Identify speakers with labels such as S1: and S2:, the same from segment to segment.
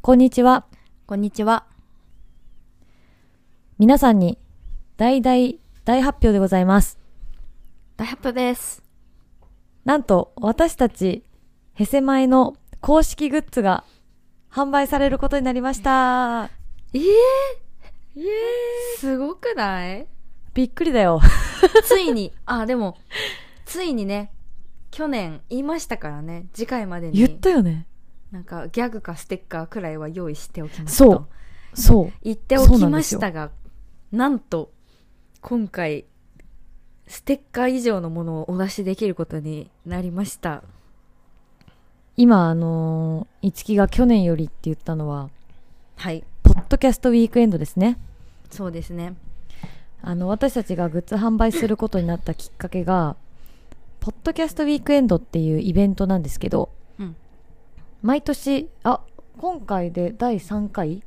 S1: こんにちは。
S2: こんにちは。
S1: 皆さんに大大大発表でございます。
S2: 大発表です。
S1: なんと私たちヘセマイの公式グッズが販売されることになりました。
S2: えええすごくない
S1: びっくりだよ。
S2: ついに、あ、でも、ついにね、去年言いましたからね、次回まで に。
S1: 言ったよね。
S2: なんかギャグかステッカーくらいは用意しておきました。
S1: そう。そう。
S2: 言っておきましたが、なんと、今回、ステッカー以上のものをお出しできることになりました。
S1: 今、あのー、いつきが去年よりって言ったのは、
S2: はい。
S1: ポッドキャストウィークエンドですね。
S2: そうですね。
S1: あの私たちがグッズ販売することになったきっかけが「ポッドキャストウィークエンド」っていうイベントなんですけど
S2: うん。
S1: 毎年あ今回で第3回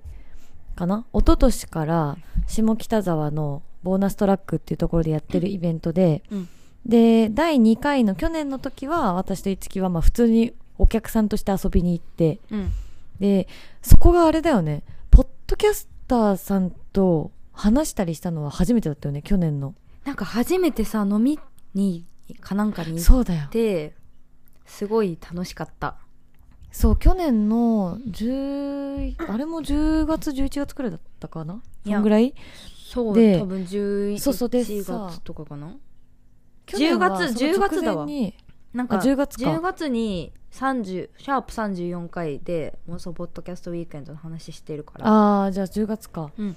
S1: かな一昨年から下北沢のボーナストラックっていうところでやってるイベントで、
S2: うん
S1: で第2回の去年の時は私といつきはまあ普通にお客さんとして遊びに行って
S2: うん。
S1: でそこがあれだよねポッドキャスターさんと話したりしたのは初めてだったよね去年の。
S2: なんか初めてさ、飲みに、かなんかに行っ
S1: そうだよ
S2: て、すごい楽しかった。
S1: そう去年の10あれも10月11月くらいだったかないそ
S2: や
S1: んぐらい
S2: そう
S1: で
S2: 多分11
S1: そうそうで
S2: 1
S1: さ
S2: 月とかかな
S1: 去年は
S2: 10月
S1: その直
S2: 10だわ
S1: 前に
S2: なんか
S1: あ10月か
S2: 10月に30シャープ34回で妄想ポッドキャストウィークエンドの話してるから
S1: ああじゃあ10月か
S2: うん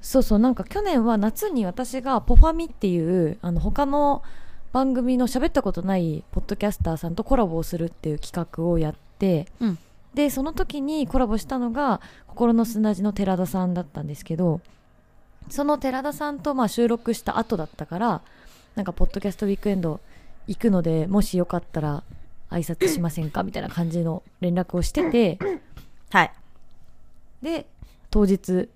S1: そうそうなんか去年は夏に私がポファミっていうあの他の番組の喋ったことないポッドキャスターさんとコラボをするっていう企画をやって、
S2: うん
S1: でその時にコラボしたのが心の砂地の寺田さんだったんですけどその寺田さんとまあ収録した後だったからなんかポッドキャストウィークエンド行くのでもしよかったら挨拶しませんかみたいな感じの連絡をしてて
S2: はい
S1: で当日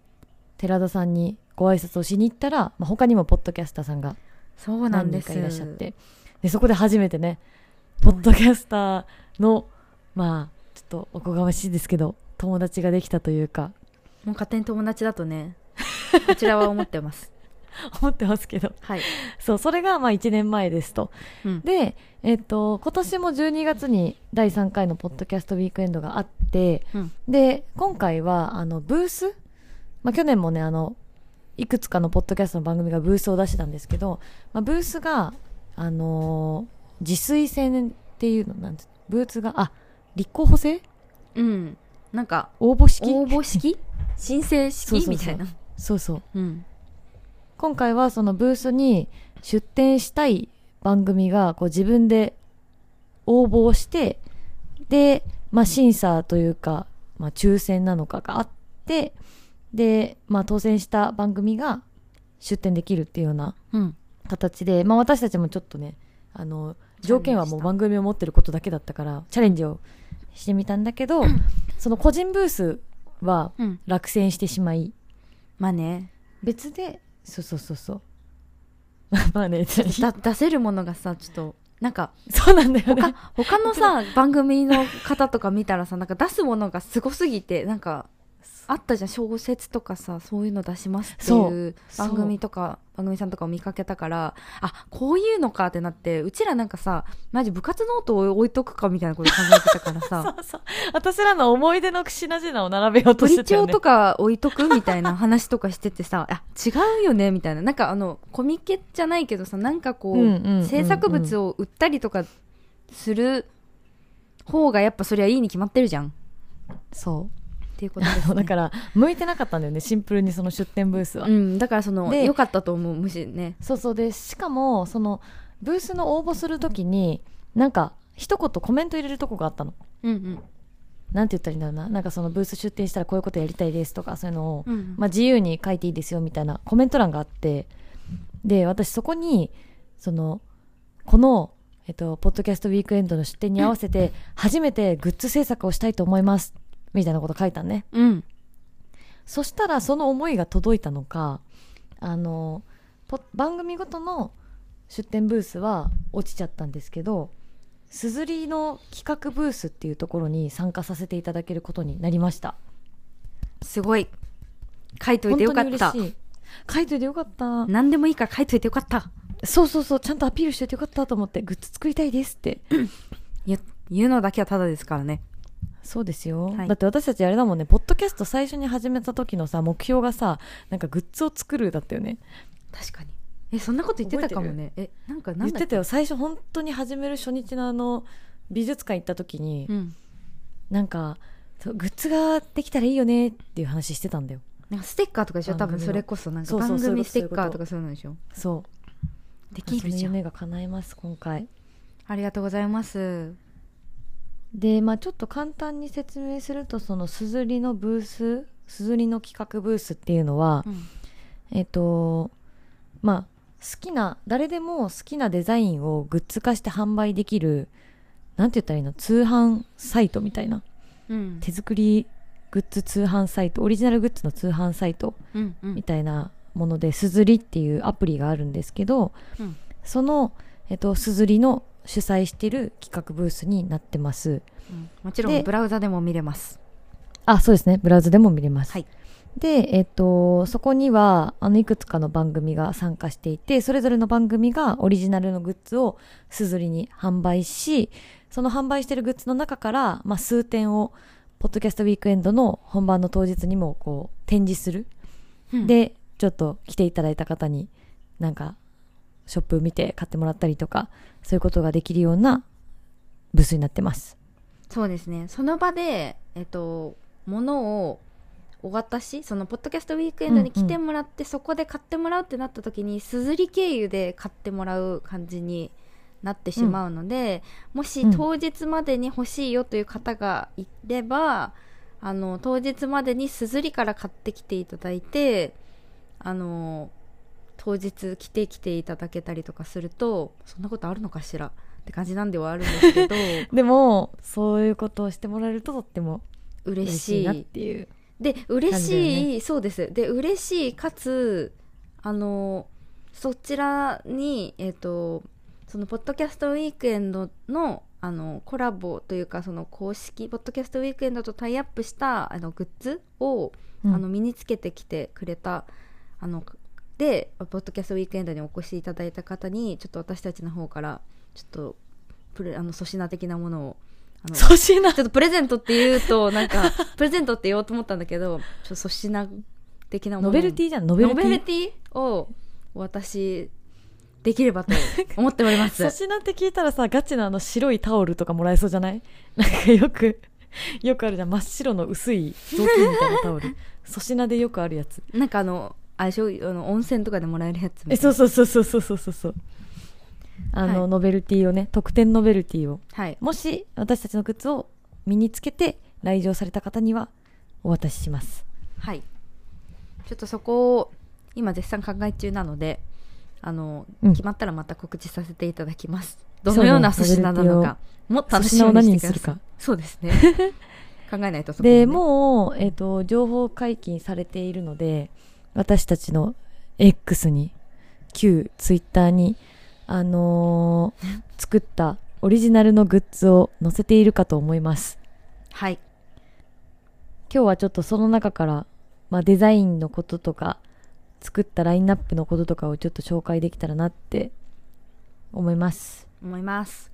S1: 寺田さんにご挨拶をしに行ったら、まあ、他にもポッドキャスターさんが
S2: そうな
S1: 何
S2: んで
S1: 人
S2: す
S1: かいらっしゃってでそこで初めてねポッドキャスターのまあちょっとおこがましいですけど友達ができたというか
S2: もう勝手に友達だと ねこちらは思ってます
S1: 思ってますけど
S2: はい、
S1: そうそれがまあ1年前ですと
S2: うん、
S1: でえっと今年も12月に第3回のポッドキャストウィークエンドがあって、
S2: うん
S1: で今回はあのブース、まあ、去年もねあのいくつかのポッドキャストの番組がブースを出してたんですけど、まあ、ブースが、あのー自炊戦っていうのなんてブースがあ立候補制
S2: うんなんか
S1: 応募式
S2: 応募式申請式
S1: そうそうそう
S2: みたいな
S1: そうそう
S2: うん
S1: 今回はそのブースに出展したい番組がこう自分で応募をしてで、まあ、審査というか、まあ、抽選なのかがあってで、まあ、当選した番組が出展できるっていうような
S2: うん
S1: 形で、まあ、私たちもちょっとねあの条件はもう番組を持ってることだけだったからチャレンジをしてみたんだけどその個人ブースは
S2: うん
S1: 落選してしまい
S2: まあね
S1: 別でそうそうそうそう まあね
S2: だ出せるものがさちょっとなんか
S1: そうなんだよ
S2: 他
S1: ね
S2: 他のさ番組の方とか見たらさなんか出すものがすごすぎてなんかあったじゃん小説とかさそういうの出しますって
S1: そ
S2: いう
S1: そう
S2: 番組とか番組さんとかを見かけたからあこういうのかってなってうちらなんかさマジ部活ノートを置いとくかみたいなこと考えてた からさ
S1: 私らの思い出の品々を並べようと
S2: プ
S1: し
S2: リ
S1: て
S2: チ
S1: た
S2: ョ
S1: よ
S2: ウ
S1: ね
S2: とか置いとくみたいな話とかして てさあ違うよねみたいななんかあのコミケじゃないけどさなんかこ
S1: う
S2: う,、
S1: んうんうんうん
S2: 制作物を売ったりとかする方がやっぱそりゃいいに決まってるじゃん
S1: そ
S2: っていうことです、
S1: う
S2: ね、
S1: だから向いてなかったんだよねシンプルにその出店ブースは、
S2: うんだからその
S1: で
S2: 良かったと思うむしろね
S1: そうそうでしかもそのブースの応募するときになんか一言コメント入れるとこがあったの
S2: うんうん
S1: なんて言ったらいいんだろうななんかそのブース出店したらこういうことやりたいですとかそういうのを、
S2: うんうん
S1: まあ、自由に書いていいですよみたいなコメント欄があってで私そこにそのこの、えっと、ポッドキャストウィークエンドの出店に合わせて初めてグッズ制作をしたいと思いますみたいなこと書いたのね
S2: うん
S1: そしたらその思いが届いたのかあのポ番組ごとの出店ブースは落ちちゃったんですけどすずりの企画ブースっていうところに参加させていただけることになりました
S2: すごい書いといてよかっ
S1: 本
S2: た
S1: 当に嬉しい書いといてよかった
S2: 何でもいいから書いといてよかった
S1: そうそうそうちゃんとアピールしといてよかったと思ってグッズ作りたいですって
S2: 言言うのだけはただですからね
S1: そうですよ、
S2: はい
S1: だって私たちあれだもんねポッドキャスト最初に始めた時のさ目標がさなんかグッズを作るだったよね
S2: 確かにえそんなこと言ってたかもねえなんかな
S1: 言
S2: ん
S1: っ
S2: だってけ
S1: たよ最初本当に始める初日のあの美術館行った時に、
S2: うん
S1: なんかそうグッズができたらいいよねっていう話してたんだよ
S2: なんかステッカーとかでしょ多
S1: 番組
S2: 分
S1: の
S2: それこそなんか
S1: そうそう
S2: 番
S1: そういう
S2: 組
S1: こと
S2: ステッカーとかそういうのでしょ
S1: そう
S2: できる
S1: その
S2: じゃん
S1: 夢が叶えます今回
S2: ありがとうございます
S1: でまあちょっと簡単に説明するとそのすずりのブースすずりの企画ブースっていうのは、
S2: うん
S1: えっ、とまあ好きな誰でも好きなデザインをグッズ化して販売できるなんて言ったらいいの通販サイトみたいな
S2: うん
S1: 手作りグッズ通販サイトオリジナルグッズの通販サイト
S2: うんう
S1: み
S2: ん
S1: たいなもので、すずりっていうアプリがあるんですけど、
S2: うん
S1: その、えっと、すずりの主催してる企画ブースになってます。
S2: うんもちろ
S1: で
S2: んブラウザでも見れます
S1: あ、そうですね。ブラウズでも見れます。
S2: はい
S1: で、えっと、そこには、あの、いくつかの番組が参加していて、それぞれの番組がオリジナルのグッズをすずりに販売し、その販売してるグッズの中から、まあ、数点を、ポッドキャストウィークエンドの本番の当日にも、こう、展示する
S2: うん
S1: でちょっと来ていただいた方になんかショップ見て買ってもらったりとかそういうことができるようなブースになってます
S2: そうですねその場でえっと物をお渡しそのポッドキャストウィークエンドに来てもらって、そこで買ってもらうってなった時にすずり経由で買ってもらう感じになってしまうので、もし
S1: うん
S2: 当日までに欲しいよという方がいれば、あの当日までにすずりから買ってきていただいてあの当日来てきていただけたりとかするとそんなことあるのかしらって感じなんではあるんです けど
S1: でもそういうことをしてもらえるととっても
S2: 嬉
S1: 嬉
S2: し
S1: しい
S2: い
S1: なっていう
S2: で嬉
S1: 感
S2: し
S1: じ
S2: い、そうですで嬉しいかつあのそちらにえっ、とそのポッドキャストウィークエンドのあのコラボというかその公式ポッドキャストウィークエンドとタイアップしたあのグッズを、
S1: うん
S2: あの身につけてきてくれたあのでポッドキャストウィークエンドにお越しいただいた方にちょっと私たちの方からちょっとプレあの粗品的なものをあの
S1: 粗品
S2: ちょっとプレゼントって言うと、な んか、プレゼントって言おうと思ったんだけど、ちょっと粗品的なもの
S1: ノ
S2: を
S1: ベルティじゃんノベル
S2: ノ
S1: テ
S2: ベル
S1: ィ
S2: ティをお渡しできればと思っております
S1: 粗。品って聞いたらさガチのあの白いタオルとかもらえそうじゃない なんかよく よくあるじゃん真っ白の薄い雑巾みたいなタオ ル粗品でよくあるやつ
S2: なんかあの、あれでしょあの温泉とかでもらえるやつ
S1: え
S2: みたい
S1: そ
S2: な
S1: うそうそうそうそうそうそうそうあの、
S2: はい
S1: ノベルティをね特典ノベルティを
S2: はい。
S1: もし私たちのグッズを身につけて来場された方にはお渡しします
S2: はい。ちょっとそこを、今絶賛考え中なので、あの、
S1: うん
S2: 決まったらまた告知させていただきます。どのような粗品な
S1: そう
S2: の
S1: ねノベル
S2: か、もっと
S1: 粗
S2: 楽し
S1: 品を
S2: みに
S1: 何
S2: し
S1: に
S2: て
S1: す
S2: く
S1: る
S2: ださい。
S1: か
S2: そうです ね。考えないとそこ
S1: で
S2: ね
S1: もう、えっと情報解禁されているので私たちの X に旧 Twitter にあの ー作ったオリジナルのグッズを載せているかと思います
S2: はい。
S1: 今日はちょっとその中から、まあ、デザインのこととか作ったラインナップのこととかをちょっと紹介できたらなって思います
S2: 思います。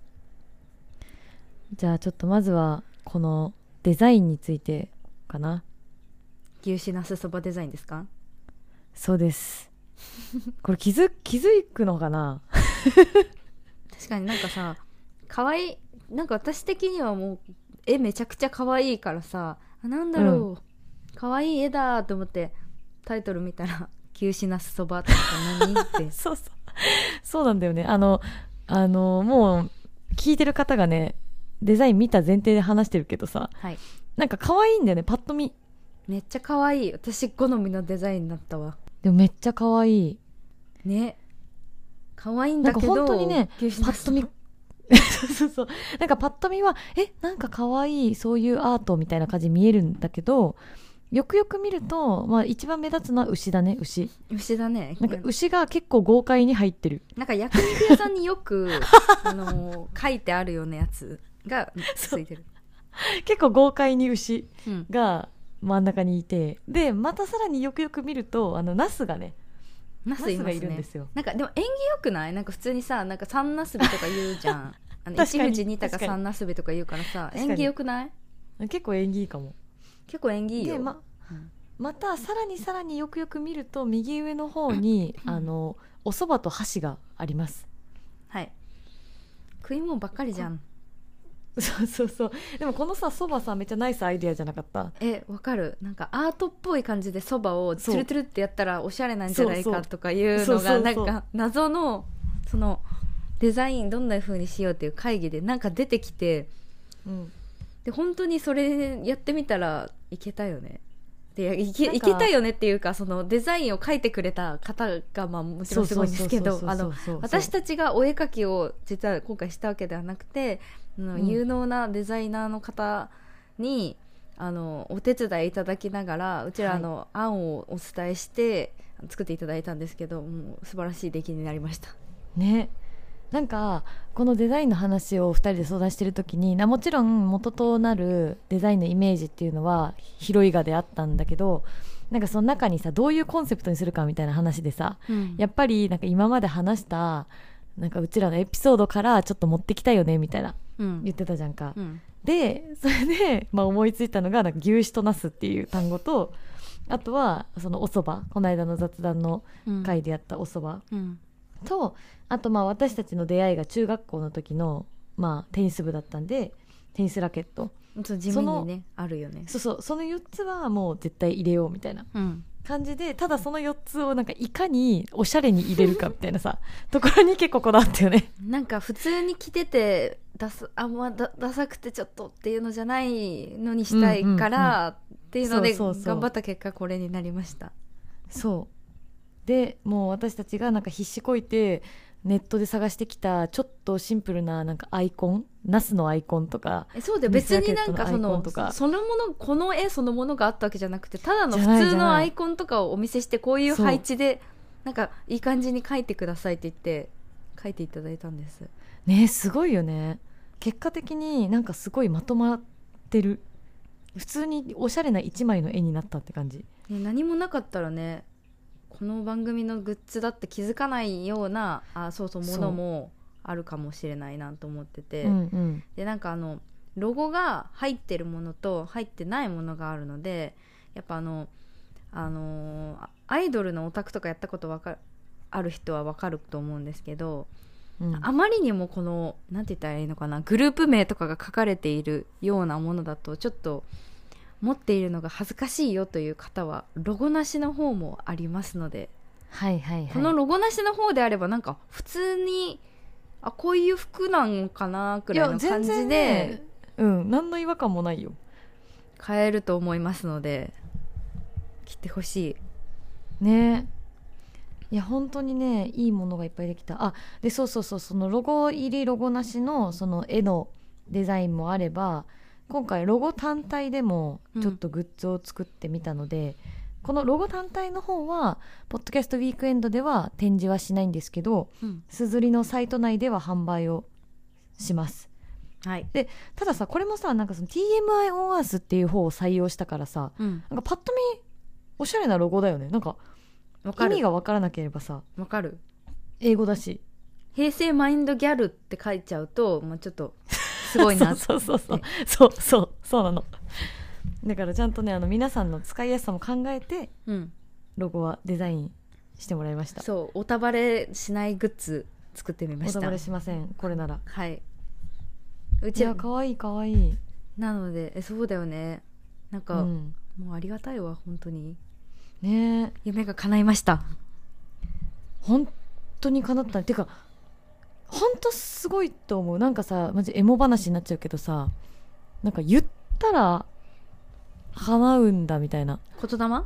S1: じゃあちょっとまずはこのデザインについてかな
S2: 牛脂なすそばデザインですか
S1: そうですこれ気づ気づくのかな
S2: 確かになんかさ可愛いなんか私的にはもう絵めちゃくちゃ可愛いからさあなんだろう、可愛い絵だと思ってタイトル見たら 「牛脂なすそば」って何っ て
S1: そうそうそうなんだよねあのあのもう聞いてる方がねデザイン見た前提で話してるけどさ
S2: はい
S1: なんか可愛いんだよねパッと見
S2: めっちゃ可愛い私好みのデザインだったわ
S1: でもめっちゃ可愛い
S2: ね可愛いんだけど
S1: なんか本当にね
S2: 牛脂
S1: パ
S2: な
S1: ッ
S2: す
S1: と
S2: そ
S1: 見
S2: ば
S1: そうそうそうなんかパッと見はえなんか可愛いそういうアートみたいな感じに見えるんだけどよくよく見ると、まあ、一番目立つのは牛だね牛
S2: 牛だね
S1: なんか牛が結構豪快に入ってる
S2: なんか焼肉屋さんによ くあの書いてあるようなやつがついてる
S1: 結構豪快に牛
S2: うん
S1: が真ん中にいてでまたさらによくよく見るとあのナスがね
S2: ナ
S1: ナ
S2: スい
S1: ス
S2: ます
S1: が
S2: ね
S1: いるんですよ
S2: なんかでも縁起良くないなんか普通にさなんか三ナスビとか言うじゃ んあの
S1: 確
S2: 一
S1: かに
S2: 富士二鷹
S1: 確かに
S2: 三ナスビとか言うから
S1: 確
S2: さ
S1: かに
S2: 縁起良くない
S1: 結構縁起いいかも
S2: 結構縁起いいよ
S1: でま
S2: うん
S1: またさらにさらによくよく見ると右上の方に
S2: うん
S1: あのお蕎麦と箸があります
S2: はい食い物ばっかりじゃん
S1: そうそうそうでもこのさ蕎麦さめっちゃナイスアイデアじゃなかった
S2: えわかるなんかアートっぽい感じでそばを
S1: そ
S2: ツ
S1: う
S2: ルツルってやったらおしゃれなんじゃない
S1: そうそ
S2: か
S1: う
S2: とかいう
S1: そう
S2: の
S1: そ
S2: が
S1: う
S2: な
S1: そうん
S2: か謎のそのデザインどんな風にしようっていう会議でなんか出てきて
S1: うん
S2: で本当にそれやってみたらいけたよねでいけ
S1: なん
S2: い
S1: か
S2: けたよねっていうかそのデザインを描いてくれた方がまあもちろんすごいんですけどあの私
S1: ち
S2: たちがお絵描きを実は今回したわけではなくて、あの
S1: うん
S2: 有能なデザイナーの方にあのお手伝いいただきながらうちら
S1: はい
S2: あの、案をお伝えして作っていただいたんですけどもう素晴らしい出来になりました。
S1: ねなんかこのデザインの話を2人で相談してる時になもちろん元となるデザインのイメージっていうのは広いがであったんだけどなんかその中にさどういうコンセプトにするかみたいな話でさやっぱりなんか今まで話したなんかうちらのエピソードからちょっと持ってきたよねみたいな
S2: うん
S1: 言ってたじゃんか、
S2: うん
S1: でそれで、まあ、思いついたのがなんか牛脂とナスっていう単語とあとはそのお蕎麦この間の雑談の
S2: うん
S1: 回でやったお蕎麦
S2: うん
S1: とあとまあ私たちの出会いが中学校の時の、まあ、テニス部だったんでテニスラケット
S2: そう地味にねあるよね。
S1: そうそうその4つはもう絶対入れようみたいな
S2: うん
S1: 感じでただその4つをなんかいかにおしゃれに入れるかみたいなさところに結構こだわったよね
S2: なんか普通に着ててダサあんまだダサくてちょっとっていうのじゃないのにしたいから、っていうので
S1: そうそうそう
S2: 頑張った結果これになりました
S1: そうでもう私たちがなんか必死こいてネットで探してきたちょっとシンプルななんかアイコンナスのアイコンとか
S2: えそうだよ
S1: ミス
S2: 別
S1: ラケ
S2: に
S1: ッ
S2: な
S1: ト
S2: ん
S1: のアイ
S2: かそ
S1: コ
S2: の
S1: ンとか
S2: そのものこの絵そのものがあったわけじゃなくてただの
S1: じ
S2: 普
S1: ゃない
S2: 通
S1: じゃ
S2: の
S1: ない
S2: アイコンとかをお見せしてこういう配置でなんかいい感じに描いてくださいって言って描いていただいたんです
S1: ねすごいよね結果的になんかすごいまとまってる普通におしゃれな一枚の絵になったって感じ
S2: ね、何もなかったらねこの番組のグッズだって気づかないようなあそうそう
S1: そ
S2: も
S1: う
S2: のもあるかもしれないなと思ってて、
S1: うんうん
S2: でなんかあのロゴが入ってるものと入ってないものがあるのでやっぱあの、あのーアイドルのオタクとかやったことわかるある人はわかると思うんですけど、
S1: うん
S2: あまりにもこのなんて言ったらいいのかなグループ名とかが書かれているようなものだとちょっと持っているのが恥ずかしいよという方はロゴなしの方もありますので、
S1: はいはいはい
S2: このロゴなしの方であればなんか普通にあこういう服なんかなくらいの感じで、
S1: ねうん何の違和感もないよ
S2: 買えると思いますので来てほしい
S1: ねいや本当にねいいものがいっぱいできたあでそうそうそうそのロゴ入りロゴなしのその絵のデザインもあれば今回ロゴ単体でもちょっとグッズを作ってみたので、このロゴ単体の方はポッドキャストウィークエンドでは展示はしないんですけどすずりのサイト内では販売をします
S2: はい、
S1: たださこれもさなんかその TMI オンアースっていう方を採用したからさなんかパッと見おしゃれなロゴだよねなんか
S2: わか
S1: 意味
S2: る
S1: が分からなければさ
S2: わかる
S1: 英語だし
S2: 平成マインドギャルって書いちゃうともうちょっとすごいな
S1: そうそうそうそうそうそうそうなのだからちゃんとねあの皆さんの使いやすさも考えて
S2: うん、
S1: ロゴはデザインしてもらいました
S2: そうおたばれしないグッズ作ってみま
S1: お
S2: し
S1: だ
S2: た
S1: まれしませんこれなら
S2: はいう
S1: い
S2: ち
S1: やかわいいかわいい、
S2: なのでえそうだよねなん
S1: う
S2: か、
S1: ん、
S2: もうありがたいわ本当に
S1: ねえ
S2: 夢が叶いました
S1: 本当に叶ったてか本当すごいと思うなんかさマジエモ話になっちゃうけどさなんか言ったら叶うんだみたいな
S2: 言霊
S1: 言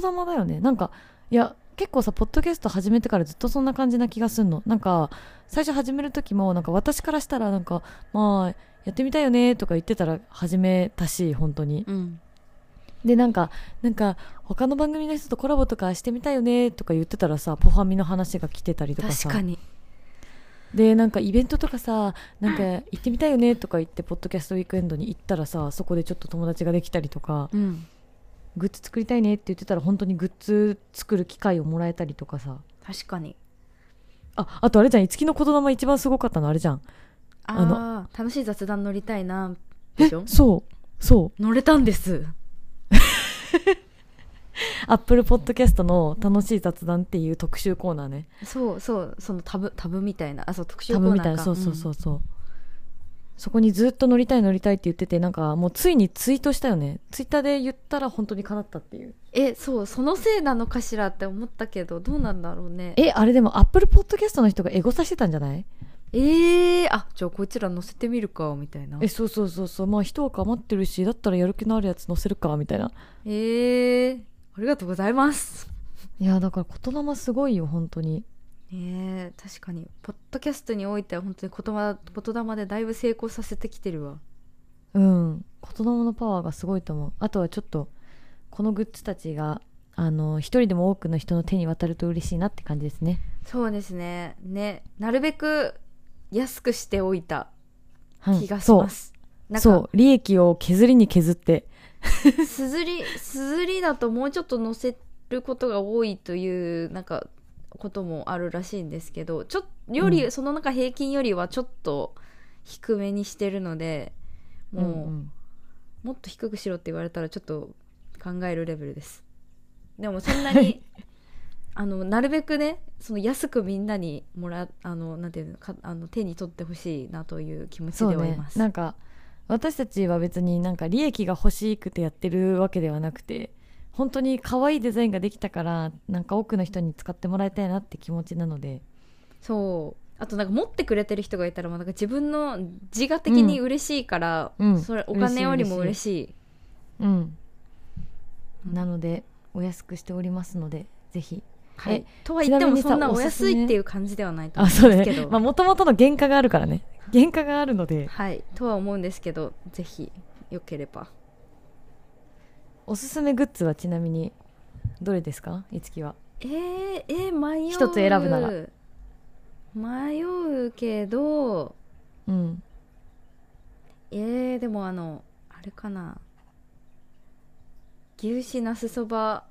S1: 霊だよねなんかいや結構さポッドキャスト始めてからずっとそんな感じな気がすんのなんか最初始める時もなんか私からしたらなんかまあやってみたいよねとか言ってたら始めたし本当に
S2: うん
S1: でなんかなんか他の番組の人とコラボとかしてみたいよねとか言ってたらさポハミの話が来てたりとかさ
S2: 確かに
S1: でなんかイベントとかさなんか行ってみたいよねとか言ってポッドキャストウィークエンドに行ったらさそこでちょっと友達ができたりとか
S2: うん
S1: グッズ作りたいねって言ってたら本当にグッズ作る機会をもらえたりとかさ
S2: 確かに
S1: ああとあれじゃん月の言霊一番すごかったのあれじゃん
S2: あ
S1: あ
S2: あ楽しい雑談乗りたいなでしょ
S1: そうそう
S2: 乗れたんです
S1: アップルポッドキャストの楽しい雑談っていう特集コーナーね
S2: そうそうそのタブタブみたいなあそう特集
S1: タ
S2: コーナ
S1: ブ
S2: ーか
S1: みたいなそうそうそうそう、そこにずっと乗りたい乗りたいって言っててなんかもうついにツイートしたよねツイッターで言ったら本当に叶ったっていう
S2: えそうそのせいなのかしらって思ったけどどうなんだろうね
S1: えあれでもアップルポッドキャストの人がエゴさしてたんじゃない
S2: ええー、あじゃあこいつら乗せてみるかみたいな
S1: えそうそうそうそうまあ一枠余ってるしだったらやる気のあるやつ載せるかみたいな
S2: ええー、ありがとうございます
S1: いやだから言霊すごいよ本当に
S2: ねえ確かにポッドキャストにおいては本当に言葉言霊でだいぶ成功させてきてるわ
S1: うん言霊のパワーがすごいと思うあとはちょっとこのグッズたちがあの一人でも多くの人の手に渡ると嬉しいなって感じですね
S2: そうですねねなるべく安くしておいた
S1: うん
S2: 気がします、なん
S1: そう
S2: か
S1: そう利益を削りに削って
S2: すずりすずりだともうちょっと乗せることが多いというなんかこともあるらしいんですけどちょっより、
S1: う
S2: その中平均よりはちょっと低めにしてるのでもう、
S1: んん
S2: もっと低くしろって言われたらちょっと考えるレベルですでもそんなにあのなるべくねその安くみんなにもらあのなんていうのかあの手に取ってほしいなという気持ち
S1: そう
S2: ではい
S1: ね
S2: ます、
S1: なんか私たちは別になんか利益が欲しくてやってるわけではなくて本当に可愛いデザインができたからなんか多くの人に使ってもらいたいなって気持ちなので
S2: そうあとなんか持ってくれてる人がいたらもうなんか自分の自我的に嬉しいから、
S1: うん
S2: それお金よりも
S1: 嬉
S2: 嬉しい
S1: うん
S2: うん
S1: なのでお安くしておりますのでぜひ
S2: はい
S1: え
S2: とは言って
S1: ちなみ
S2: も
S1: にさ
S2: そんな
S1: お
S2: お
S1: すすめ
S2: 安いっていう感じではないと
S1: あ
S2: 思
S1: そう
S2: うんですけ
S1: ね
S2: ど、
S1: まあもともとの原価があるからね原価があるので
S2: はいとは思うんですけどぜひよければ
S1: おすすめグッズはちなみにどれですかいつきは
S2: えー、えー、迷う
S1: 一つ選ぶなら
S2: 迷うけど
S1: うん
S2: えー、でもあのあれかな牛脂なすそば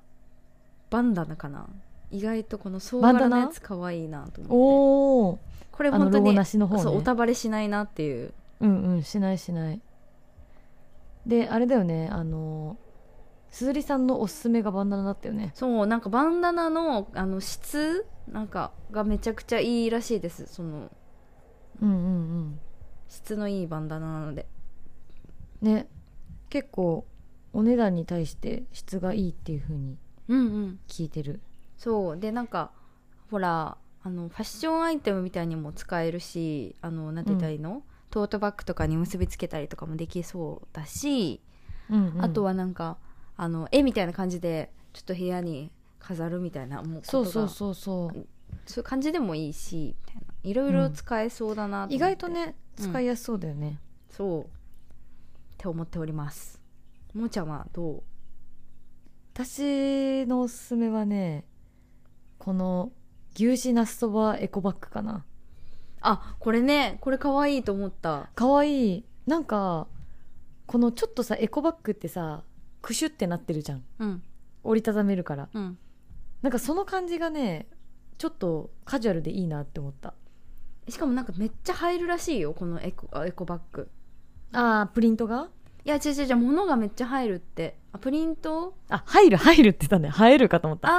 S2: バンダナかな意外とこの総柄
S1: バンダ
S2: の
S1: ナ
S2: やつ可愛いなと思って
S1: おお
S2: これ
S1: あの
S2: 本当
S1: ロゴ
S2: に
S1: なしの方ね
S2: そうおたばれしないなっていう
S1: うんうんしないしないであれだよねあの鈴木さんのおすすめがバンダナだったよね
S2: そうなんかバンダナのあの質なんかがめちゃくちゃいいらしいですその
S1: うんうん
S2: 質のいいバンダナなので
S1: うんね結構お値段に対して質がいいっていう風に
S2: うんうん
S1: 聞いてる
S2: そうでなんかほらあのファッションアイテムみたいにも使えるしあのなんて言ったらいいの、トートバッグとかに結びつけたりとかもできそうだし、
S1: うんうん
S2: あとはなんかあの絵みたいな感じでちょっと部屋に飾るみたいなもうこと
S1: そう
S2: が
S1: そうそうそう
S2: そういう感じでもいいしみたいないろいろ使えそうだなと思って
S1: 意外とね
S2: うん
S1: 使いやすそうだよね、
S2: そうって思っておりますもーちゃんはどう
S1: 私のおすすめはねこの牛脂ナスそばエコバッグかな
S2: あこれねこれ可愛いと思った
S1: かわいいなんかこのちょっとさエコバッグってさクシュってなってるじゃん
S2: うん
S1: 折りたためるから
S2: うん
S1: なんかその感じがねちょっとカジュアルでいいなって思った
S2: しかもなんかめっちゃ入るらしいよこのエコあエコバッグ
S1: あープリントが
S2: いや違う違う違う物がめっちゃ入るってあプリント
S1: あ入る入るって言ったんだよ入るかと思った
S2: あ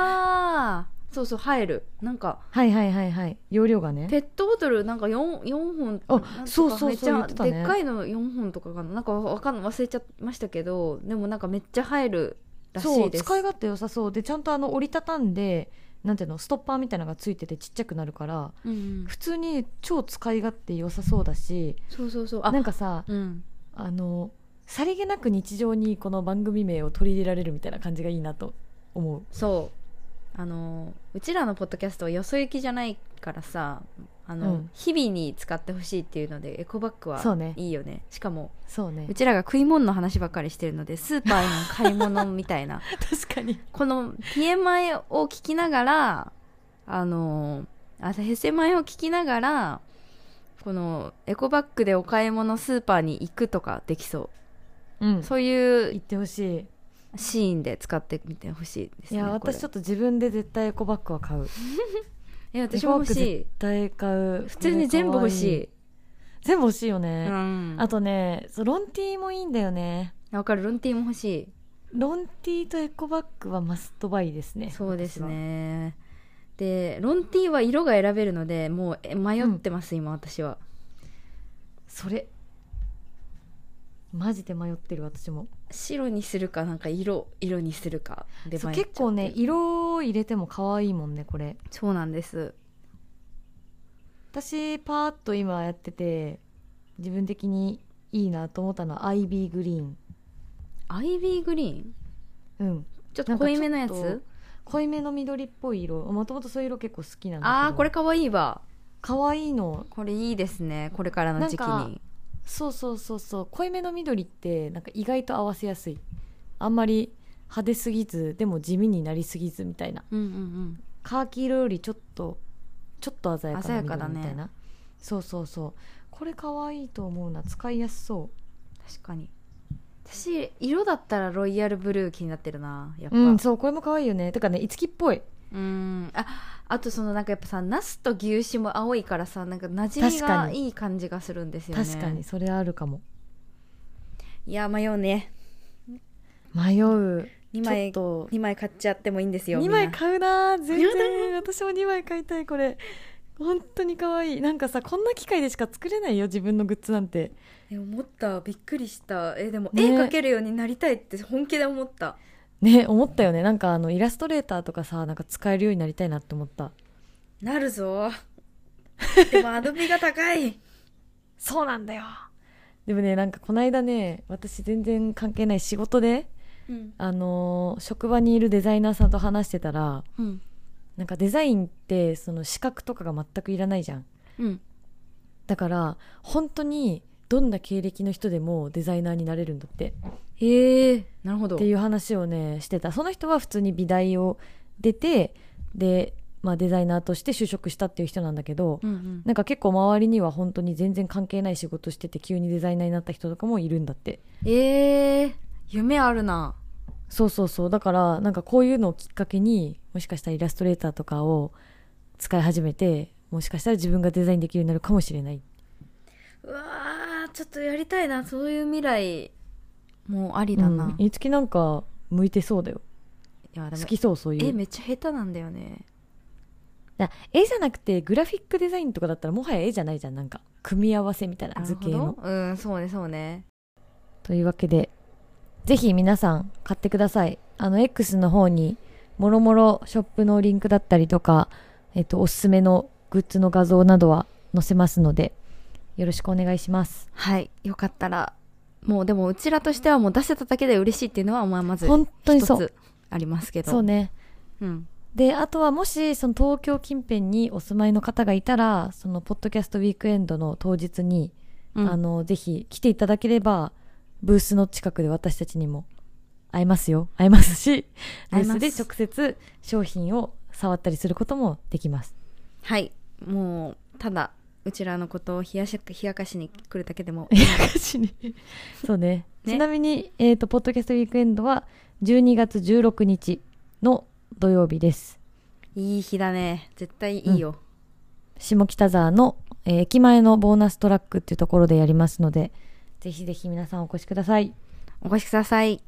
S2: あそうそう入るなんか
S1: はいはいはいはい容量がね
S2: ペットボトルなんか 4, 四本
S1: あ
S2: なんとか
S1: そうそうそう
S2: めっちゃ
S1: 言ってたね
S2: でっかいの4本とかかななんかわかんない忘れちゃいましたけどでもなんかめっちゃ入るらし
S1: そ
S2: いうです
S1: 使い勝手良さそうでちゃんとあの折りたたんでなんていうのストッパーみたいなのがついててちっちゃくなるから
S2: うんうん
S1: 普通に超使い勝手良さそうだし
S2: そうそうそうあ
S1: なんかさ
S2: うん
S1: あのさりげなく日常にこの番組名を取り入れられるみたいな感じがいいなと思う
S2: そうあのーうちらのポッドキャストはよそ行きじゃないからさああの、
S1: うん
S2: 日々に使ってほしいっていうのでエコバッグは
S1: そうね
S2: いいよねしかも
S1: そうね
S2: うちらが食い物の話ばっかりしてるのでスーパーの買い物みたいな
S1: 確かに
S2: この PMI を聞きながらあのあ SMI を聞きながらこのエコバッグでお買い物スーパーに行くとかできそう
S1: うん
S2: そういう
S1: 言ってほしい
S2: シーンで使ってみてほしいです
S1: い
S2: ね。
S1: や
S2: これ
S1: 私ちょっと自分で絶対エコバッグは買う
S2: え私も欲し
S1: エ
S2: い。
S1: コバッグ絶対買う
S2: 普通に全部欲し
S1: これ
S2: い。
S1: 全部欲しいよね、
S2: うん。
S1: あとねそうロンティーもいいんだよね
S2: わかる、ロンティーも欲し
S1: ロンティーとエコバッグはマストバイですね
S2: い。そうですね。で、ロンティーは色が選べるので、もうえ迷ってます、今私
S1: 私は
S2: は。
S1: それマジで迷ってる私も
S2: 白にするか、なんか色、色にするかで迷っち
S1: そ
S2: ゃ
S1: う
S2: って。
S1: 結構ね色を入れても可愛いもんねこれ
S2: そうなんです。
S1: 私パーッと今やってて自分的にいいなと思ったのはアイビーグリーン
S2: アイビーグリーン
S1: うん
S2: ちょっと濃いめのや
S1: なんかちょっ
S2: つ
S1: と濃いめの緑っぽい色もともとそういう色結構好きなんだけど
S2: ああー、これかわいいわ。
S1: 可愛いの
S2: これいいですね、これからの時期
S1: なん
S2: に。
S1: そうそうそうそう濃いめの緑ってなんか意外と合わせやすいあんまり派手すぎずでも地味になりすぎずみたいな
S2: うんうん
S1: カーキ色よりちょっとちょっと鮮やか
S2: 鮮
S1: な
S2: やかだ
S1: 緑み
S2: ね
S1: たいな、そうそうそうこれ可愛いと思うな使いやすそ
S2: うん。確かに。私、色だったらロイヤルブルー気になってるな、や
S1: う
S2: っぱ。
S1: うんそうこれも可愛いよねてかねいつきっぽいう
S2: ーんああとそのなんかやっぱさナスと牛脂も青いからさなんか馴染
S1: 確
S2: み
S1: か
S2: が
S1: に
S2: いい感じがするんですよね
S1: 確かにそれあるかも
S2: いや迷うね
S1: 迷う
S2: 2枚
S1: ちょっと
S2: 二枚買っちゃってもいいんですよ
S1: 2枚
S2: みんな
S1: 買うな全然私も2枚買いたいこれ本当に可愛いなんかさこんな機械でしか作れないよ自分のグッズなんて
S2: え思ったびっくりしたえでも
S1: ね
S2: 絵描けるようになりたいって本気で思った
S1: ね思ったよねなんかあのイラストレーターとかさなんか使えるようになりたいなって思った
S2: なるぞ でもアドビが高い
S1: そうなんだよでもねなんかこの間ね私全然関係ない仕事で
S2: うん
S1: あのー職場にいるデザイナーさんと話してたら
S2: うん
S1: なんかデザインってその資格とかが全くいらないじゃん
S2: うん
S1: だから本当にどんな経歴の人でもデザイナーになれるんだって
S2: へえなるほど
S1: っていう話をねしてたその人は普通に美大を出てで、まあ、デザイナーとして就職したっていう人なんだけど、
S2: うんうん
S1: なんか結構周りには本当に全然関係ない仕事してて急にデザイナーになった人とかもいるんだって
S2: えー、夢あるな
S1: そうそうそうだからなんかこういうのをきっかけにもしかしたらイラストレーターとかを使い始めてもしかしたら自分がデザインできるようになるかもしれないう
S2: わーちょっとやりたいなそういう未来もうありだ
S1: う
S2: な、
S1: ん
S2: い
S1: いつきなんか向いてそうだよ
S2: やでも
S1: 好きそうそういう
S2: 絵めっちゃ下手なんだよね
S1: だ絵じゃなくてグラフィックデザインとかだったらもはや絵じゃないじゃんなんか組み合わせみたいな図形
S2: なる
S1: の
S2: ほどうんそうねそうね
S1: というわけでぜひ皆さん買ってくださいあの X の方にもろもろショップのリンクだったりとか、えっと、おすすめのグッズの画像などは載せますのでよろしくお願いします
S2: はいよかったらもうでもうちらとしてはもう出せただけで嬉しいっていうのはまあまず
S1: 本当に
S2: 一
S1: そう
S2: つありますけど
S1: そうね
S2: うん、
S1: であとはもしその東京近辺にお住まいの方がいたらそのポッドキャストウィークエンドの当日に、
S2: うん
S1: あのぜひ来ていただければブースの近くで私たちにも会えますよ会えますしブ
S2: 会え
S1: ー
S2: ます
S1: スで直接商品を触ったりすることもでき ます
S2: はいもうただうちらのことを冷やし冷やかしに来るだけでも
S1: そうね
S2: ね
S1: ちなみに、えー、とポッドキャストウィークエンドは12月16日の土曜日です
S2: いい日だね絶対いいよ、
S1: 下北沢の、えー駅前のボーナストラックっていうところでやりますのでぜひぜひ皆さんお越しください
S2: お越しください